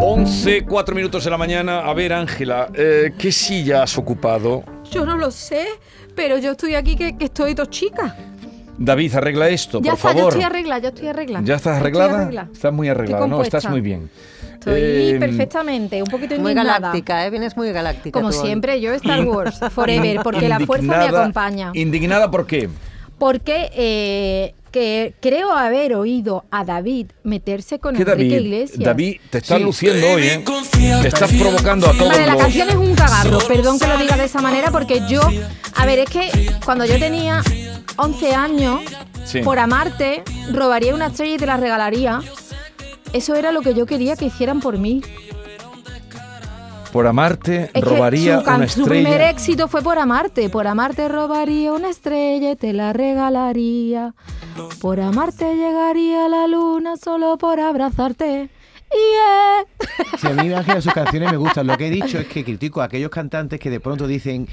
11, 4 minutos de la mañana. A ver, Ángela, eh, ¿qué silla has ocupado? Yo no lo sé, pero yo estoy aquí que, que estoy dos chicas. David, arregla esto, Ya por está, yo favor. estoy arreglada, yo estoy arreglada. ¿Ya estás Estoy arreglada? arreglada. Estás muy arreglada, Estoy ¿no? Estás compuesta. muy bien. Estoy Eh, perfectamente, un poquito Muy indignada. galáctica, ¿eh? Vienes muy galáctica. Como tú hoy. siempre, yo Star Wars, forever, porque la fuerza me indignada- acompaña. ¿Indignada por qué? Porque eh, que creo haber oído a David meterse con ¿Qué Enrique David? Iglesias. David, te estás Sí. luciendo hoy, ¿eh? Confía, Te estás confía, provocando a todos Vale, la los... canción es un cagarro, perdón que lo diga de esa manera, porque yo, a ver, es que cuando yo tenía 11 años, Sí. por amarte, robaría una estrella y te la regalaría. Eso era lo que yo quería que hicieran por mí. Por amarte, Es que robaría su, can- una su primer estrella. éxito fue por amarte. Por amarte robaría una estrella y te la regalaría. Por amarte llegaría a la luna solo por abrazarte. Y es- Si a mí Ángela sus canciones me gustan, lo que he dicho es que critico a aquellos cantantes que de pronto dicen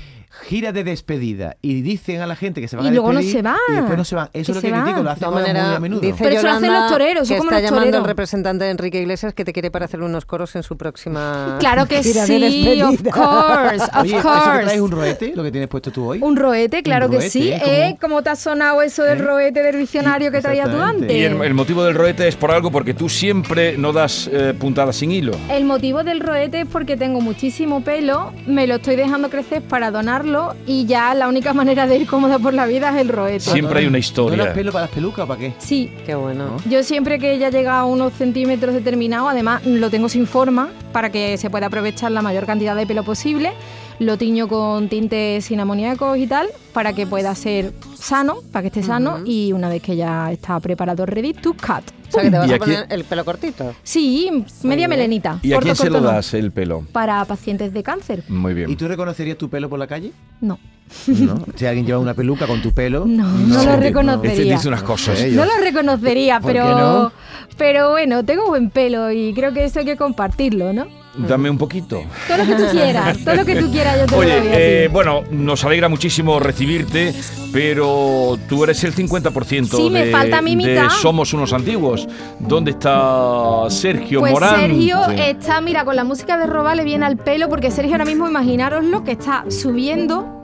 gira de despedida y dicen a la gente que se van Y a luego no despedir se van. y después no se van. Que Eso es lo se que critico, van. lo De hacen todas ahora muy maneras, a menudo. dice Pero eso lo hacen Yolanda los toreros, son que como está los llamando toreros. el representante de Enrique Iglesias que te quiere para hacer unos coros en su próxima. Claro que gira de sí, despedida. of course, of Oye, ¿eso que course. traes un roete, lo que tienes puesto tú hoy? Un roete, claro que roete, sí. ¿eh? ¿Eh? ¿Cómo te ha sonado eso del ¿Eh? roete del diccionario que traía tú Exactamente. antes? Y el, el motivo del roete es por algo, porque tú siempre no das eh, puntadas sin hilo. El motivo del roete es porque tengo muchísimo pelo, me lo estoy dejando crecer para donarlo y ya la única manera de ir cómoda por la vida es el roete. Sí. siempre hay una historia. ¿No eras pelo para las pelucas o para qué? Sí, Qué bueno. yo siempre que ya llega a unos centímetros determinados, además lo tengo sin forma para que se pueda aprovechar la mayor cantidad de pelo posible, lo tiño con tintes sin amoníacos y tal para que pueda ser sano, para que esté sano y una vez que ya está preparado ready to cut. O sea que te vas Y a aquí- poner el pelo cortito. Sí, media melenita. ¿Y a corto, quién se corto lo no. das el pelo? Para pacientes de cáncer. Muy ¿Y bien. tú reconocerías tu pelo por la calle? No. No. Si alguien lleva una peluca con tu pelo. No, no lo Este reconocería. dice unas cosas. sé, yo- No lo reconocería, ¿Por qué pero, no? pero bueno, tengo buen pelo y creo que eso hay que compartirlo, ¿no? Dame un poquito. Todo lo que tú quieras, todo lo que tú quieras yo te lo doy a ti. Oye, eh, bueno, nos alegra muchísimo recibirte, pero tú eres el 50% Sí, me de, falta mi de mitad. Somos unos antiguos. ¿Dónde está Sergio pues Morán? Sergio está, mira, con la música de Roba le viene al pelo porque Sergio ahora mismo, imaginaroslo, que está subiendo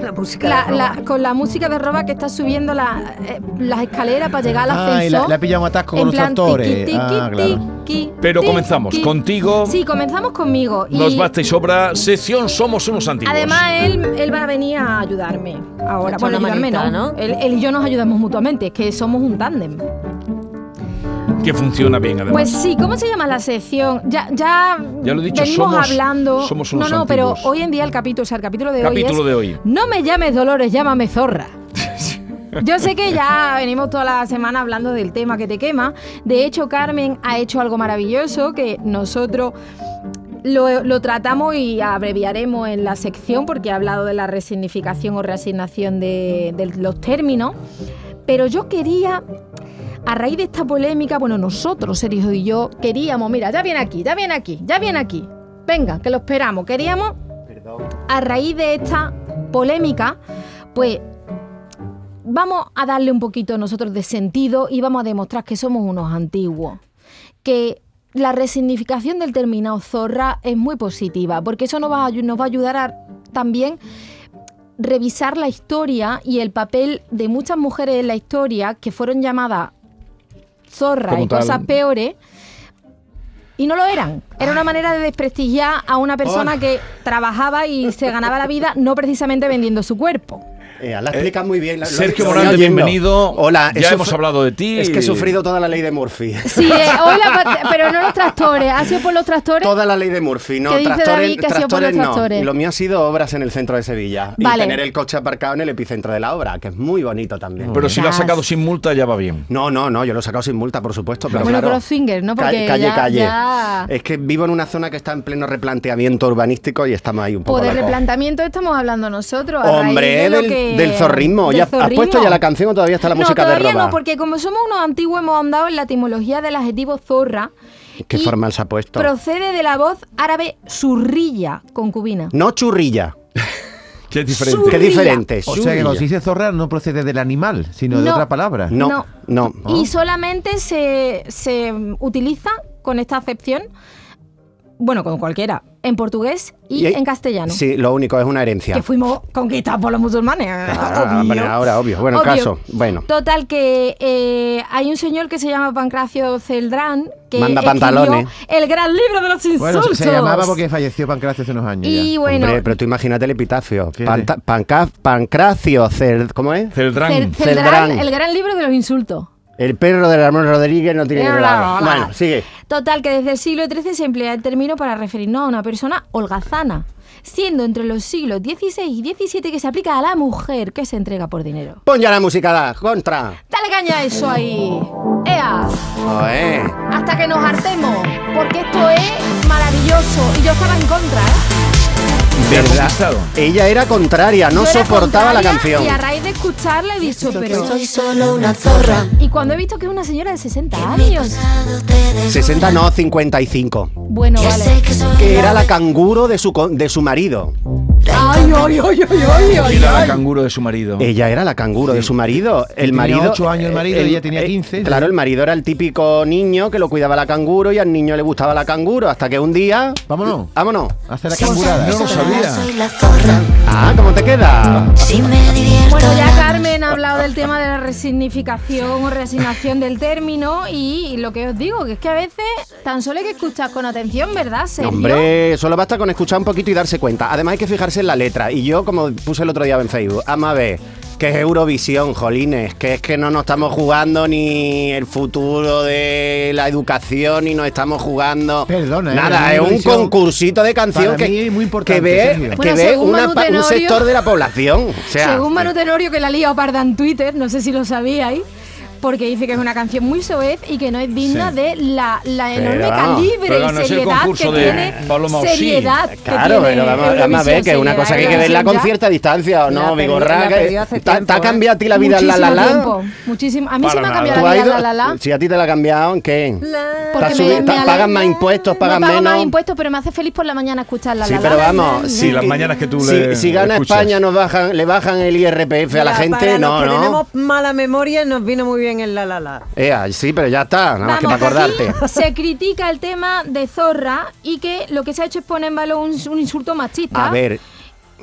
La música. la- la- con la música de Roba que está subiendo la- eh, las escaleras para llegar al Ah, y la, ascensor. la pilla un atasco en con los plan, tractores. tiqui, tiqui, Ah, claro. tiqui, Pero tiqui. comenzamos contigo. Sí, comenzamos conmigo. y- Nos basta y sobra. Sección Somos unos antiguos. Además, él, él va a venir a ayudarme ahora. Echa Bueno, una ayudarme manita, no. ¿no? Él, él y yo nos ayudamos mutuamente, es que somos un tándem. que funciona bien, además. Pues sí, ¿cómo se llama la sección? Ya, ya, Ya lo he dicho, venimos somos- hablando. somos unos no, no, pero antiguos. hoy en día el capítulo, o sea, el capítulo de Capítulo hoy. de es, hoy. No me llames Dolores, llámame Zorra. Yo sé que ya venimos toda la semana hablando del tema que te quema. De hecho, Carmen ha hecho algo maravilloso que nosotros lo, lo tratamos y abreviaremos en la sección porque ha hablado de la resignificación o reasignación de, de los términos. Pero yo quería, a raíz de esta polémica, bueno, nosotros, Sergio y yo, queríamos, mira, ya viene aquí, ya viene aquí, ya viene aquí. Venga, que lo esperamos. Queríamos, a raíz de esta polémica, pues vamos a darle un poquito nosotros de sentido y vamos a demostrar que somos unos antiguos. Que la resignificación del terminado zorra es muy positiva, porque eso nos va a, ayu- nos va a ayudar a también revisar la historia y el papel de muchas mujeres en la historia que fueron llamadas zorra Como y cosas tal. peores. Y no lo eran. Era una manera de desprestigiar a una persona que trabajaba y se ganaba la vida no precisamente vendiendo su cuerpo. Eh, la explicas muy bien. la- lo- Sergio lo Morante, estoy oyendo. bienvenido. Hola, he Ya sufri- hemos hablado de ti. Es que he sufrido toda la ley de Murphy. Sí, eh, hoy la pat- pero no los tractores. Ha sido por los tractores. Toda la ley de Murphy, no, ¿Qué dice tractores, David que ha sido por los tractores tractores? no. Lo mío ha sido obras en el centro de Sevilla. Vale. Y tener el coche aparcado en el epicentro de la obra, que es muy bonito también. Pero si lo has Verás. sacado sin multa, ya va bien. no, no, no, yo lo he sacado sin multa, por supuesto, pero Bueno, claro, Crossfinger, ¿no? ca- Porque calle, ya- calle. ya- Es que vivo en una zona que está en pleno replanteamiento urbanístico y estamos ahí un poco Pues de locos. replanteamiento estamos hablando nosotros. a raíz Hombre, de lo del, que- del zorrismo. del ¿Ya ¿Has zorrismo. puesto ya la canción o todavía está la no, música de todavía Roba? no, porque como somos unos antiguos hemos andado en la etimología del adjetivo zorra. Qué y formal se ha puesto. Procede de la voz árabe surrilla, concubina. No churrilla. Que es diferente. Que es diferente. O sea que Zurilla. cuando se dice zorra no procede del animal, sino de No. otra palabra. No, no. Y solamente se, se utiliza con esta acepción, bueno, con cualquiera, en portugués y, Y- en castellano. Sí, lo único es una herencia. Que fuimos conquistados por los musulmanes. Ah, obvio. bueno, ahora, obvio. Bueno, el Obvio. caso, bueno. Total, que eh, hay un señor que se llama Pancracio Celdrán que Manda escribió pantalones. el gran libro de los Bueno, insultos. se- se llamaba porque falleció Pancracio hace unos años. Y ya. bueno, Hombre, pero tú imagínate el epitafio. Fíjate. Panta- panca- pancracio, cer- ¿cómo es? Celdrán. Cel- Celdrán. Celdrán, el gran libro de los insultos. El perro de Ramón Rodríguez no tiene Pero la- nada. la- Bueno, sigue. Total, que desde el siglo XIII se emplea el término para referirnos a una persona holgazana, siendo entre los siglos XVI y XVII que se aplica a la mujer que se entrega por dinero. Pon ya la música, da, contra. Dale caña a eso ahí. ¡Ea! Oe. Hasta que nos hartemos, porque esto es maravilloso y yo estaba en contra. ¿eh? Te ha ¿Verdad? conquistado. Ella era contraria, no Yo era soportaba la contraria canción. Y a raíz de escucharla he dicho, pero. Soy solo una zorra. Y cuando he visto que es una señora de 60 años. Pasado te desnuda. 60 no, 55. Bueno, Ya vale. sé que soy Que era la canguro de su, con- de su marido. Ay, ay, ay, ay, ay, ay. Y era la canguro de su marido. Ella era la canguro de su marido. El Tenía marido. ocho años el marido y ella tenía 15. Claro, el marido era el típico niño que lo cuidaba la canguro y al niño le gustaba la canguro. Hasta que un día. Vámonos. Vámonos. Hace la Sí, cangurada. soy No lo sola, sabía. Soy la zorra. Ah, ¿cómo te queda? Si me divierto. Bueno, ya la- Carmen ha hablado del tema de la resignificación o resignación del término y lo que os digo, que es que a veces tan solo hay que escuchar con atención, ¿verdad, Sergio? Hombre, solo basta con escuchar un poquito y darse cuenta. Además hay que fijarse en la letra. Y yo, como puse el otro día en Facebook, ama a ver, que es Eurovisión, jolines, que es que no nos estamos jugando ni el futuro de la educación, ni nos estamos jugando... Perdona, ¿eh? Nada, La es un Eurovisión concursito de canción para que, mí es muy importante, que ve, Sergio. que Bueno, ve según una Manu pa- un Tenorio- sector de la población. O sea, Según Manu Tenorio, que la ha liado parda en Twitter, no sé si lo sabíais, porque dice que es una canción muy soez y que no es digna de la, la enorme vamos, calibre pero y no es el seriedad que concurso de tiene. Paloma Orsi. seriedad que Claro, tiene pero vamos, vamos a ver Eurovisión, que es una seriedad cosa que hay que Eurovisión verla con ya. cierta distancia, ¿o no, La perdí- Vigorra? la que- perdí hace ¿Te ha- te ha tiempo, ¿eh? cambiado a ti la vida en la la Muchísimo la? tiempo, muchísimo. A mí Para se me ha nada. cambiado ¿Tú la has vida ido? la la la. Si a ti te la ha cambiado, ¿en qué? Porque Está me- subi- me ta- ale- pagan más impuestos, pagan no pago menos. más impuestos, pero me hace feliz por la mañana escuchar la sí, la pero la, la, vamos, la, si, Sí, las mañanas que tú si- le- si gana escuchas. España nos bajan, le bajan el IRPF Mira, a la para gente, los no, que no. tenemos mala memoria nos vino muy bien el la la la. Ea, sí, pero ya está, nada más que Vamos, para acordarte. aquí se critica el tema de zorra y que lo que se ha hecho es poner en valor un, un insulto machista. A ver,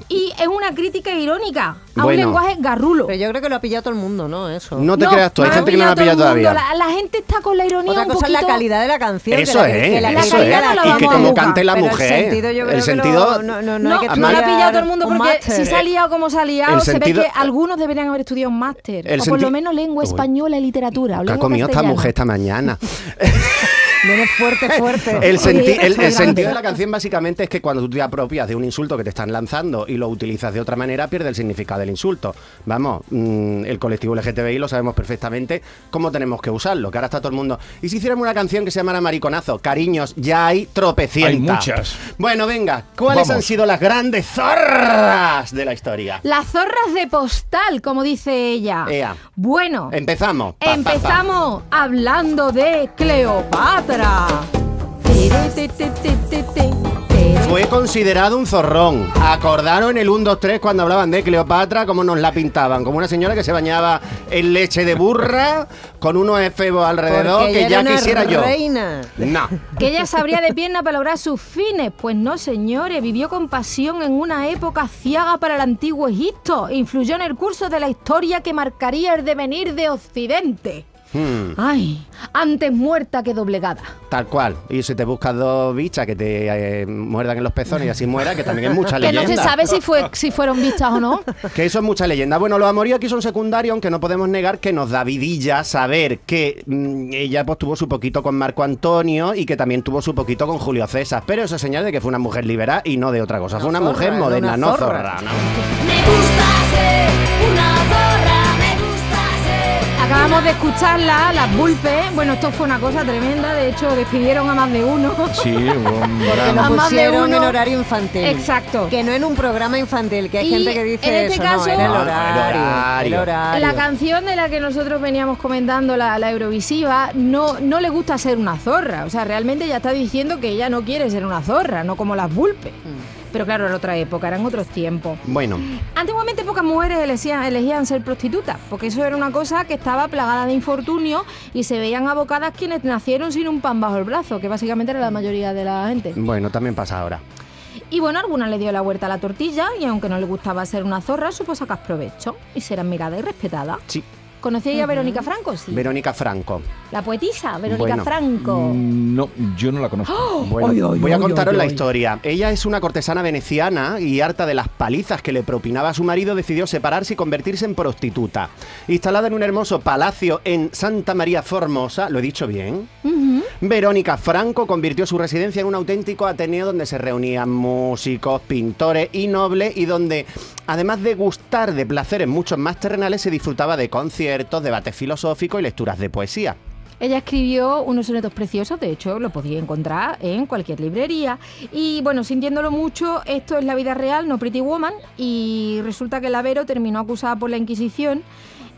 Y es una crítica irónica a un Bueno. lenguaje garrulo. Pero yo creo que lo ha pillado todo el mundo, ¿no? Eso. no te creas tú, hay ha gente que no la pillado pilla todo el mundo. todavía. La, la gente está con la ironía Otra un cosa poquito. es la calidad de la canción. que Eso la- que es, la- la eso es. calidad no la Y que vamos a como buscar, cante la Pero mujer. El sentido, yo creo el que lo- sentido- no, no, no, No, hay que no la ha estudiar pillado todo el mundo un porque máster. eh. si se ha liado como se ha liado, el se sentido- ve que algunos deberían haber estudiado un máster. El O por senti- lo menos lengua Uy. española y literatura. o ¿Qué ha lengua comido esta castellana. mujer esta mañana? Viene fuerte, fuerte. El, senti- el- el grande. sentido de la canción básicamente es que cuando tú te apropias de un insulto que te están lanzando y lo utilizas de otra manera, pierde el significado del insulto. Vamos, mm, el colectivo LGTBI lo sabemos perfectamente cómo tenemos que usarlo, que ahora está todo el mundo... ¿Y si hiciéramos una canción que se llamara Mariconazo? Cariños, ya hay tropecientas. Hay muchas. Bueno, venga, ¿cuáles Vamos. han sido las grandes zorras de la historia? Las zorras de postal, como dice ella. Ea. Bueno, Empezamos. Pa, pa, pa. empezamos hablando de Cleopatra. Tere, te, te, te, te, te, tere. Fue considerado un zorrón. Acordaron el 1, 2, 3 cuando hablaban de Cleopatra, cómo nos la pintaban. Como una señora que se bañaba en leche de burra, con unos efebos alrededor, Porque que ella ya era una quisiera yo. reina. No. Que ella sabría de pierna para lograr sus fines. Pues no, señores, vivió con pasión en una época ciaga para el antiguo Egipto. Influyó en el curso de la historia que marcaría el devenir de Occidente. Hmm, Ay, antes muerta que doblegada. tal cual. Y si te buscas dos bichas que te eh, muerdan en los pezones y así muera, que también es mucha leyenda. Que no se sabe si, fue, si fueron vistas o no. Que eso es mucha leyenda. Bueno, los amoríos aquí son secundarios, aunque no podemos negar que nos da vidilla saber que mm, ella pues tuvo su poquito con Marco Antonio y que también tuvo su poquito con Julio César. Pero eso es señal de que fue una mujer liberal y no de otra cosa. Fue una zorra, mujer era moderna, una no zorra. zorra. ¿no? Me gusta ser una zorra. Me gusta ser. Acabamos de escucharla, las bulpes. Bueno, esto fue una cosa tremenda. De hecho, despidieron a más de uno. Sí, un Que drama. A lo más de pusieron en uno. horario infantil. Exacto. Que no en un programa infantil, que hay Y gente que dice en este eso, caso- no, era el No, no, el horario. horario. el horario. La canción de la que nosotros veníamos comentando, la, la Eurovisiva, no, no le gusta ser una zorra. O sea, realmente ya está diciendo que ella no quiere ser una zorra, no como las bulpes. Pero claro, era otra época, eran otros tiempos. Bueno, Antiguamente pocas mujeres elegían, elegían ser prostitutas, porque eso era una cosa que estaba plagada de infortunio y se veían abocadas quienes nacieron sin un pan bajo el brazo, que básicamente era la mayoría de la gente. bueno, también pasa ahora. Y bueno, alguna le dio la vuelta a la tortilla y aunque no le gustaba ser una zorra, supo sacar provecho y ser admirada y respetada. Sí, ¿Conocía a Verónica Franco? Sí. Verónica Franco. la poetisa, Verónica Bueno. Franco. Mm. Mm, No, yo no la conozco. Bueno, Ay, ay, voy a ay, contaros ay, la ay. historia. Ella es una cortesana veneciana y harta de las palizas que le propinaba a su marido, decidió separarse y convertirse en prostituta. Instalada en un hermoso palacio en Santa María Formosa, lo he dicho bien, Verónica Franco convirtió su residencia en un auténtico ateneo donde se reunían músicos, pintores y nobles y donde, además de gustar de placeres muchos más terrenales, se disfrutaba de conciertos, debates filosóficos y lecturas de poesía. Ella escribió unos sonetos preciosos, de hecho lo podía encontrar en cualquier librería. Y bueno, sintiéndolo mucho, esto es la vida real, no Pretty Woman, y resulta que la Vero terminó acusada por la Inquisición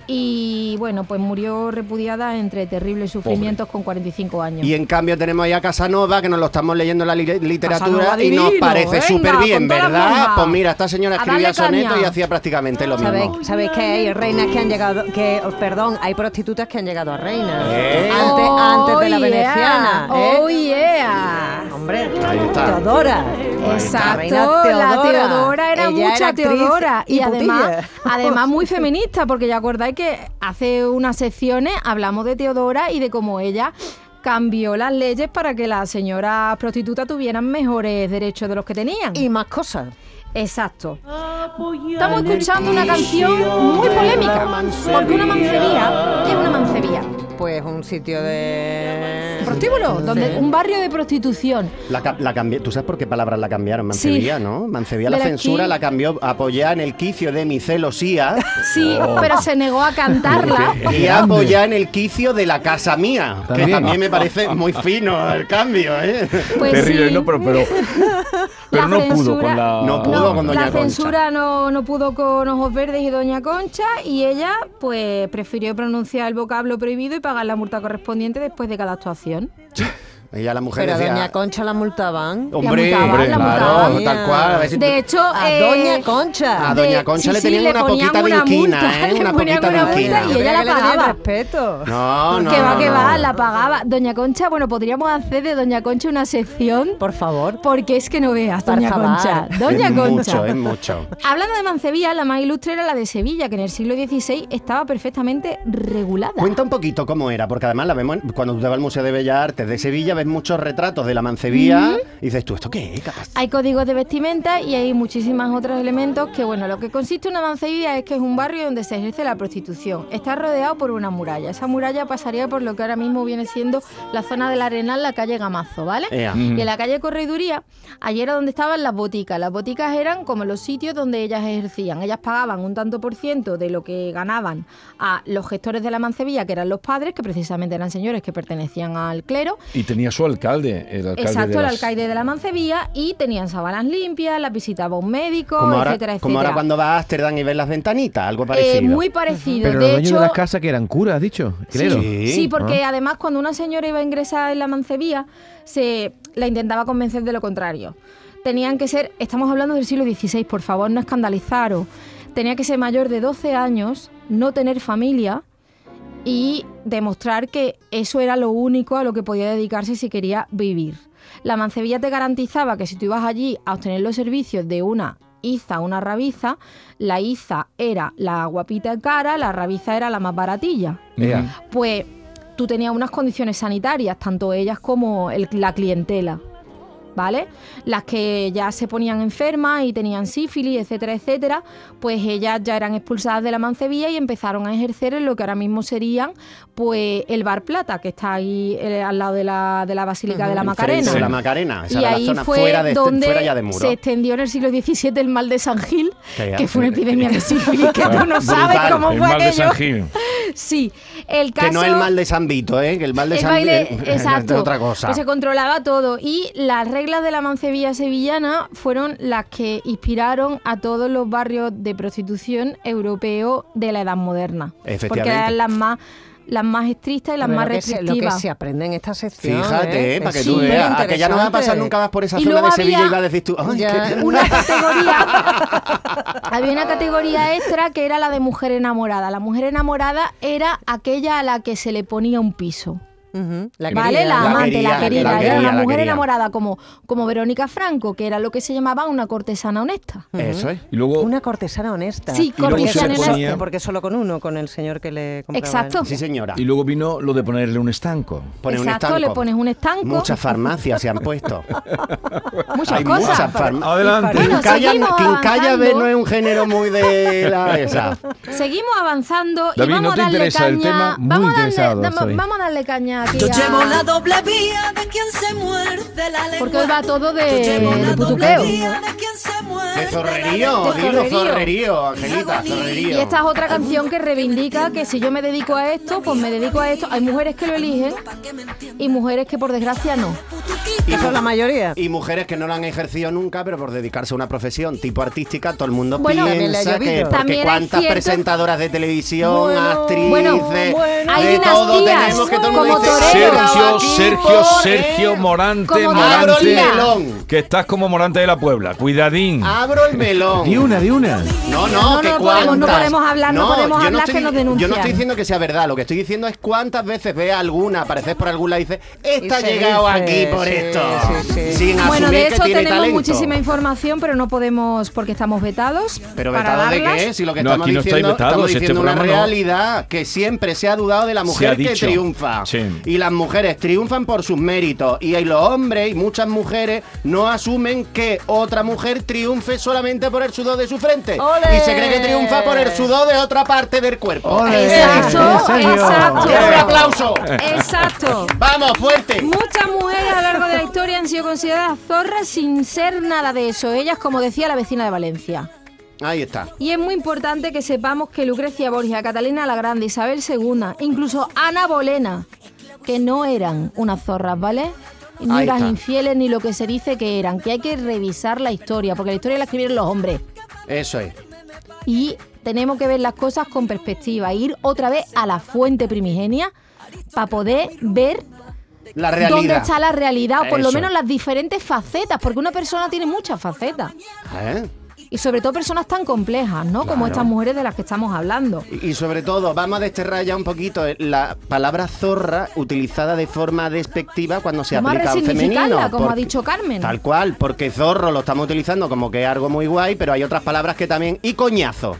y bueno, pues murió repudiada entre terribles sufrimientos con 45 años. Y en cambio tenemos ahí a Casanova, que nos lo estamos leyendo en la li- literatura Casanova y nos divino, parece venga, súper bien, con toda la ¿verdad? fuerza. Pues mira, esta señora A escribía darle caña. sonetos y hacía prácticamente lo ¿Sabéis, mismo. sabéis que hay reinas que han llegado, que, oh, perdón, hay prostitutas que han llegado a reinas? ¿Eh? Antes, antes de la Oh, yeah. veneciana. ¿eh? Oh yeah. Hombre, Ahí está. Teodora. Exacto, Reina la Teodora era Ella mucha actriz Teodora y, putilla. además, además muy feminista, porque ya acordáis que hace unas secciones hablamos de Teodora y de cómo ella cambió las leyes para que las señoras prostitutas tuvieran mejores derechos de los que tenían. y más cosas. Exacto. Estamos escuchando una canción muy polémica, porque una mancebía ¿qué es una mancebía. Pues un sitio de Prostíbulo, donde Sí. un barrio de prostitución. La, ca- la cambié- ¿Tú sabes por qué palabras la cambiaron? Mancebía, ¿no? Mancebía la Pero censura aquí- la cambió apoyar en el quicio de mi celosía Sí, Oh. pero se negó a cantarla. y apoyar en el quicio de la casa mía. Que También. también me parece muy fino el cambio, ¿eh? Pues Terrible, sí. no, pero, pero, pero La no pudo censura- con la. No pudo No, con Doña la Concha. censura no, no pudo con Ojos Verdes y Doña Concha y ella pues prefirió pronunciar el vocablo prohibido y pagar la multa correspondiente después de cada actuación. Ella la mujer Pero a decía, Doña Concha la multaban. hombre, La mutaban, hombre, la claro, mutaban. tal cual. A ver si tú- De hecho, A eh, Doña Concha. A de- Doña Concha le tenían una ponían poquita de una inquina, multa, ¿eh? le Una ponían poquita de una multa inquina. Y ella Creo que la le tenían pagaba. respeto. No, no. que va, no, que no. va, la pagaba. Doña Concha, bueno, podríamos hacer de Doña Concha una sección Por favor. porque es que no veas, Por Doña favor. Concha. Es Doña es Concha. mucho, ¿eh? es mucho. Hablando de Mancebía, la más ilustre era la de Sevilla, que en el siglo XVI estaba perfectamente regulada. Cuenta un poquito cómo era, porque además la vemos en- cuando tú te vas al Museo de Bellas Artes de Sevilla, ves muchos retratos de la mancebía y dices, ¿tú esto qué es? Capaz- Hay códigos de vestimenta y hay muchísimos otros elementos que, bueno, lo que consiste una mancebía es que es un barrio donde se ejerce la prostitución. Está rodeado por una muralla. Esa muralla pasaría por lo que ahora mismo viene siendo la zona del Arenal, la calle Gamazo, ¿vale? Ea. Y en la calle Correduría, allí era donde estaban las boticas. Las boticas eran como los sitios donde ellas ejercían. Ellas pagaban un tanto por ciento de lo que ganaban a los gestores de la mancebilla, que eran los padres, que precisamente eran señores que pertenecían al clero, Y tenía su alcalde, el alcalde. Exacto, de el las- alcaide de la Mancebía y tenían sábanas limpias, las visitaba un médico, Como ahora, etcétera, como ahora etcétera. cuando vas a Ámsterdam y ves las ventanitas, algo Eh, parecido. muy parecido. Pero los de dueños hecho, de las casas que eran curas, has dicho, creo. Sí. Sí, porque además cuando una señora iba a ingresar en la mancebía, se la intentaba convencer de lo contrario. Tenían que ser, estamos hablando del siglo XVI, por favor, no escandalizaros. Tenía que ser mayor de 12 años, no tener familia y demostrar que eso era lo único a lo que podía dedicarse si quería vivir. La mancebilla te garantizaba que si tú ibas allí a obtener los servicios de una iza, una rabiza, la iza era la guapita cara, la rabiza era la más baratilla Ea. pues tú tenías unas condiciones sanitarias, tanto ellas como el- la clientela. ¿Vale? Las que ya se ponían enfermas y tenían sífilis, etcétera, etcétera, pues ellas ya eran expulsadas de la mancebía y empezaron a ejercer en lo que ahora mismo serían, pues, el Bar Plata, que está ahí eh, al lado de la, de la Basílica de la Enfrente Macarena. de la Macarena, esa y era la ahí zona fue fuera, de, este- donde fuera ya de muro. se extendió en el siglo XVII el mal de San Gil, Que- que fue una epidemia de sífilis, que tú no sabes Brutal. cómo El fue mal de San aquello. Gil. Sí, el caso... Que no el mal de San Vito, ¿eh? Que el mal de El San Vito baile, es exacto. otra cosa. Pues se controlaba todo. Y las reglas de la mancebilla sevillana fueron las que inspiraron a todos los barrios de prostitución europeo de la edad moderna. Efectivamente. Porque eran las más las más estrictas y las Pero más lo que se- restrictivas. Lo que se aprende en esta sección. Fíjate, ¿eh? eh, para que Es tú súper veas. A que ya no vas a pasar interesante. nunca más por esa Y zona luego de Sevilla y había vas a decir tú. Ay, Ya, qué- una categoría había una categoría extra que era la de mujer enamorada la mujer enamorada era aquella a la que se le ponía un piso Ujú, la vale querida. la la amante la quería, la querida quería, era una la mujer quería. enamorada como como Verónica Franco que era lo que se llamaba una cortesana honesta Eso es. Y luego Una cortesana honesta. Sí, Y luego cortesana se honesta. ponía- Porque solo con uno, con el señor que le compraba. Exacto. Sí, señora. y luego vino lo de ponerle un estanco. Pone un Exacto, estanco. le pones un estanco. Muchas farmacias se han puesto. muchas Hay cosas muchas farmacias. Adelante. Bueno, Quincalla, seguimos Quincalla avanzando. B no es un género muy de la esa. Seguimos avanzando David, y vamos no a te darle interesa caña. el tema, muy vamos, a interesado darle, dama- soy. vamos a darle caña aquí. Yo a- llevo la doble vía de quien se muerde la lengua. Porque hoy va todo de- Yo llevo la de doble putuqueo. vía de quien se muerde De la zorrerío, De dilo zorrerío. zorrerío, Angelita, zorrerío. Y esta es otra canción que reivindica que si yo me dedico a esto, pues me dedico a esto. Hay mujeres que lo eligen lengua. Pa' que me entienda, y mujeres que por desgracia no. putuquita. Eso la mayoría. Y mujeres que no la han ejercido nunca, pero por dedicarse a una profesión tipo artística, todo el mundo Bueno, también le ha piensa que llovido. porque También hay cuántas cierto- presentadoras de televisión, actrices, bueno, de bueno. Hay todo dinastías, tenemos que todo el mundo como dice, toreros. "Llegaba Sergio, aquí Sergio, por Sergio él". Morante, Como Abro el Morante. García. melón. Que estás como Morante de la Puebla. Cuidadín. Ah. Abro el melón. Di una, di una. No, No, no, no que podemos, cuántas. no podemos hablar, no podemos yo hablar, que nos Yo no denuncian. estoy diciendo que sea verdad, lo que estoy diciendo es cuántas veces ve a alguna aparecer por algún lado y dice, esta ha Y se llegado dice, aquí por sí, esto. sí, sí. Sin Bueno, asumir de que eso tiene tenemos talento. muchísima información, pero no podemos porque estamos vetados. Pero para vetado de darlas. qué es, si lo que No, estamos aquí no estáis diciendo, vetados, estamos si este diciendo una programa no- realidad que siempre se ha dudado de la ha mujer que dicho. triunfa. Sí. Y las mujeres triunfan por sus méritos. Y hay los hombres y muchas mujeres no asumen que otra mujer triunfe solamente por el sudor de su frente. ¡Ole! Y se cree que triunfa por el sudor de otra parte del cuerpo. ¡Ole! Exacto, ¡Sí, señor! exacto. ¡Quiero un aplauso! Exacto. ¡Vamos, fuerte! Muchas mujeres a lo largo de la historia han sido consideradas zorras sin ser nada de eso. Ellas, como decía la vecina de Valencia. Ahí está. Y es muy importante que sepamos que Lucrecia Borgia, Catalina la Grande, Isabel II, incluso Ana Bolena, que no eran unas zorras, ¿vale? Ni Ahí las está. infieles ni lo que se dice que eran, que hay que revisar la historia, porque la historia la escribieron los hombres. Eso es. Y tenemos que ver las cosas con perspectiva, ir otra vez a la fuente primigenia para poder ver La dónde realidad. está la realidad, o por lo Eso. menos las diferentes facetas, porque una persona tiene muchas facetas. ¿Eh? Y sobre todo personas tan complejas, ¿no? Como estas mujeres de las que estamos hablando. Y y sobre todo, vamos a desterrar ya un poquito eh, la palabra zorra utilizada de forma despectiva cuando se Vamos a aplica al resignificarla, femenino. como ha porque- dicho Carmen. Tal cual, porque zorro lo estamos utilizando como que es algo muy guay, pero hay otras palabras que también. Y coñazo.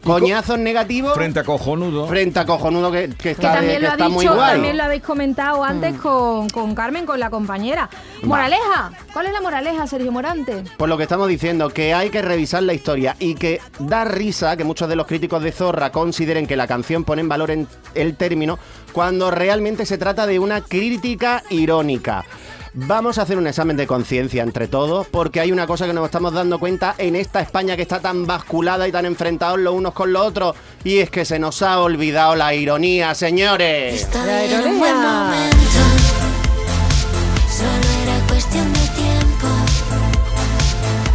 Coñazo en negativo Frente a cojonudo. frente a cojonudo que, que Que está, de- también que Mm. lo, ha está muy dicho, guay. también lo habéis comentado antes con, con Carmen, con la compañera. Moraleja, ¿cuál es la moraleja, Sergio Morante? Por lo que estamos diciendo, que hay que revisar la historia y que da risa que muchos de los críticos de Zorra consideren que la canción pone en valor en el término cuando realmente se trata de una crítica irónica. Vamos a hacer un examen de conciencia entre todos porque hay una cosa que nos estamos dando cuenta en esta España que está tan basculada y tan enfrentados los unos con los otros y es que se nos ha olvidado la ironía, señores. Está La bien, un ironía. buen momento. Solo era cuestión de tiempo.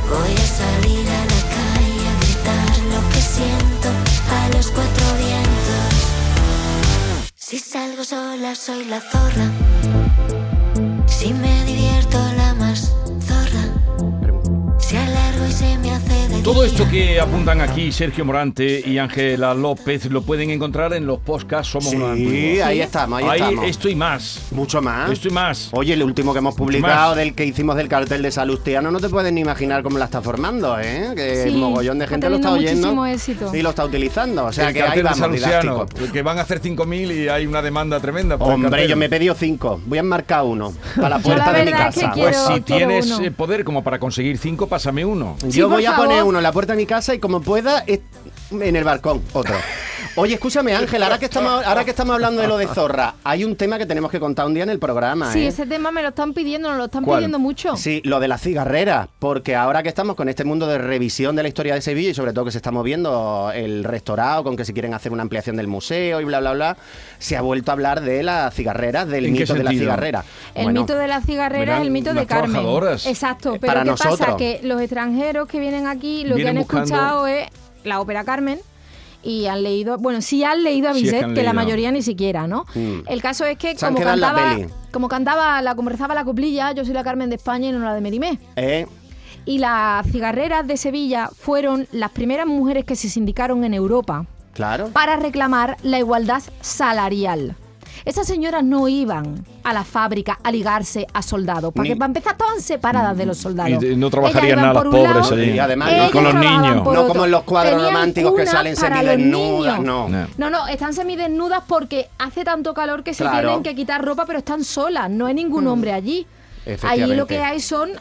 Voy a salir a la calle a gritar lo que siento a los cuatro vientos. Si salgo sola soy la zorra. Si me divierto la más zorra. Si alargo y se me hace de Todo día. esto que apuntan aquí Sergio Morante y Ángela López lo pueden encontrar en los podcasts Somos Sí, una Antigua. ahí estamos, ahí estamos. ¿Ah? esto y más. Mucho más. Esto y más. Oye, el último que hemos más. publicado, del que hicimos del cartel de Salustiano, no te puedes ni imaginar cómo la está formando, ¿eh? Que Sí, el mogollón de está gente lo está teniendo oyendo. muchísimo éxito. Y lo está utilizando. O sea El que ahí cartel de vamos, Salustiano, didáctico. que van a hacer 5.000 y hay una demanda tremenda. por el Hombre, cartel. yo me he pedido cinco. Voy a marcar uno para la Yo la puerta de mi verdad es que casa. quiero- Pues si quiero tienes uno. eh, poder como para conseguir cinco, pásame uno. Sí, Yo por voy a favor. poner uno en la puerta de mi casa y como pueda, es- en el balcón, otro. Oye, escúchame, Ángel, ahora que estamos ahora que estamos hablando de lo de Zorra, hay un tema que tenemos que contar un día en el programa, Sí, ¿eh? ese tema me lo están pidiendo, nos lo están ¿Cuál? pidiendo mucho. Sí, lo de las cigarreras, porque ahora que estamos con este mundo de revisión de la historia de Sevilla y sobre todo que se está moviendo el restaurado, con que si quieren hacer una ampliación del museo y bla, bla, bla, se ha vuelto a hablar de las cigarreras, del ¿En qué mito de las sentido? cigarreras. El Bueno, mito de las cigarreras verán, es el mito las de Carmen. trabajadoras. Exacto, Eh, pero para ¿qué pasa? nosotros. Que los extranjeros que vienen aquí lo Vienen que han buscando- escuchado es la ópera Carmen y han leído, bueno, sí han leído a Sí es que Bizet, han que la leído. mayoría ni siquiera, ¿no? Mm. El caso es que Se han como quedado en la cantaba, peli. como cantaba, la conversaba la coplilla, yo soy la Carmen de España y no la de Merimé. ¿Eh? Y las cigarreras de Sevilla fueron las primeras mujeres que se sindicaron en Europa Claro. para reclamar la igualdad salarial. Esas señoras no iban a la fábrica a ligarse a soldados, porque Ni- para empezar estaban separadas de los soldados. Y no Ellas trabajarían iban nada las por un pobres lado, allí. Y además, ellas con los trabajaban niños. por No otro. como en los cuadros Tenían románticos que una salen para los semidesnudas, niños. no. No. No, no, están semidesnudas porque hace tanto calor que se Claro. Mm. tienen que quitar ropa, pero están solas, no hay ningún hombre allí. Allí Efectivamente. lo que hay son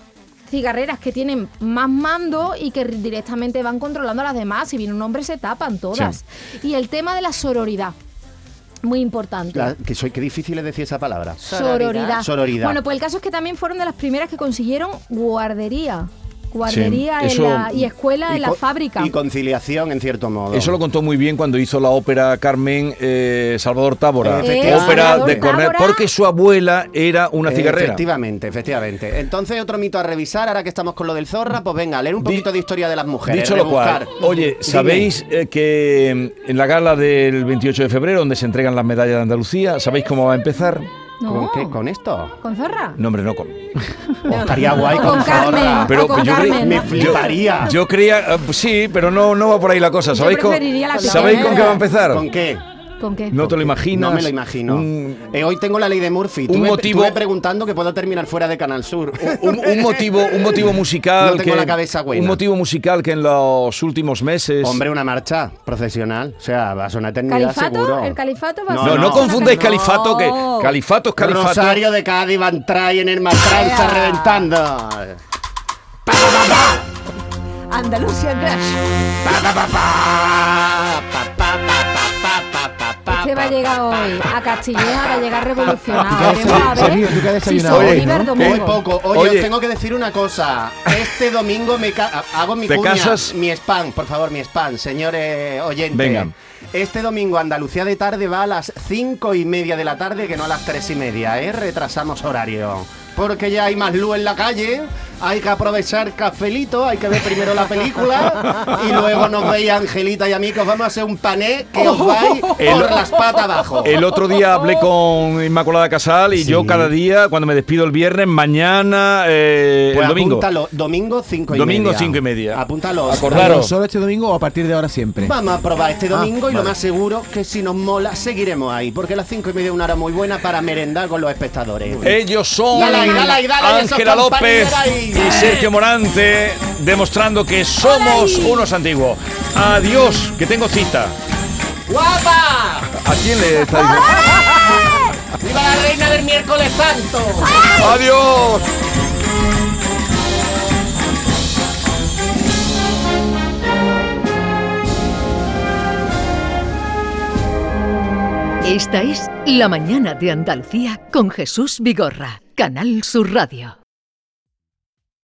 cigarreras que tienen más mando y que directamente van controlando a las demás. Si viene un hombre se tapan todas. Y el tema de la sororidad, muy importante. La- que soy, qué difícil es decir esa palabra. Sororidad. Sororidad. Bueno, pues el caso es que también fueron de las primeras que consiguieron guardería. Guardería en eso- la- y escuela Y en la co- fábrica. Y conciliación, en cierto modo. Eso lo contó muy bien cuando hizo la ópera Carmen eh, Salvador Tábora. Efectivamente. ópera Salvador de Cornell, Tábora. porque su abuela era una cigarrera. Efectivamente, efectivamente. Entonces, otro mito a revisar, ahora que estamos con lo del zorra, pues venga, leer un Di- poquito de historia de las mujeres. Dicho lo cual, rebuscar. oye, Dime. ¿sabéis eh, que mm, en la gala del 28 de febrero, donde se entregan las medallas de Andalucía, ¿sabéis cómo va a empezar? No. ¿Con qué? ¿Con esto? ¿Con zorra? No, hombre, no con. Oh, estaría guay O con, con Carmen. zorra. O Ah, con yo creí- Carmen, pues, Me ¿no? fliparía. Yo creía, eh, pues sí, pero no, no va por ahí la cosa. ¿Sabéis, con, preferiría la ¿sabéis primera. con qué va a empezar? ¿Con qué? ¿Con qué? No te lo imaginas. No me lo imagino. Un, Eh, hoy tengo la ley de Murphy. Tú un me, motivo- tú me preguntando que puedo terminar fuera de Canal Sur. un- un motivo, un motivo musical No tengo que la cabeza buena. un motivo musical que en los últimos meses. Hombre, una marcha procesional. O sea, va a sonar eternidad ¿Califato? seguro. ¿El califato va a no, ser no, una confundáis califa- califato que califato es califato. Rosario de Cádiz, Van Tray en el Matranza reventando. Pa, pa, pa, Andalucía Crash. pa, pa, pa, pa, pa, pa, pa, pa, pa, pa, Este va a llegar hoy a Castilleja, va a llegar revolucionado. ¿Tú qué Vamos a haces, ver Sergio? ¿Tú qué has si desayunado soy hoy, Oliver no? Muy Domingo. poco. Oye, Oye. os tengo que decir una cosa. Este domingo me ca- hago mi ¿Te cuña, casas? mi spam, por favor, mi spam, señores oyentes. Venga. Este domingo Andalucía de tarde va a las cinco y media de la tarde, que no a las tres y media, ¿eh? Retrasamos horario. Porque ya hay más luz en la calle, hay que aprovechar cafelito, hay que ver primero la película y luego nos veis a Angelita y a mí que os vamos a hacer un pané que os vais El- por las patas abajo. El otro día hablé con Inmaculada Casal y yo cada día, cuando me despido el viernes, mañana, eh, Pues el domingo. Apúntalo, domingo 5 y Domingo media. cinco y media. Apúntalo. Acordaros. ¿Solo este domingo o a partir de ahora siempre? Vamos a probar este domingo y lo vale. más seguro que si nos mola seguiremos ahí, porque a las 5 y media es una hora muy buena para merendar con los espectadores. Ellos son Dale ahí, dale ahí, dale ahí, esos Ángela López compañeros ahí. y Sergio Morante, demostrando que somos unos antiguos. Adiós, que tengo cita. ¡Guapa! ¿A quién le está diciendo? ¡Viva la reina del miércoles santo! Adiós. Esta es La Mañana de Andalucía con Jesús Vigorra, Canal Sur Radio.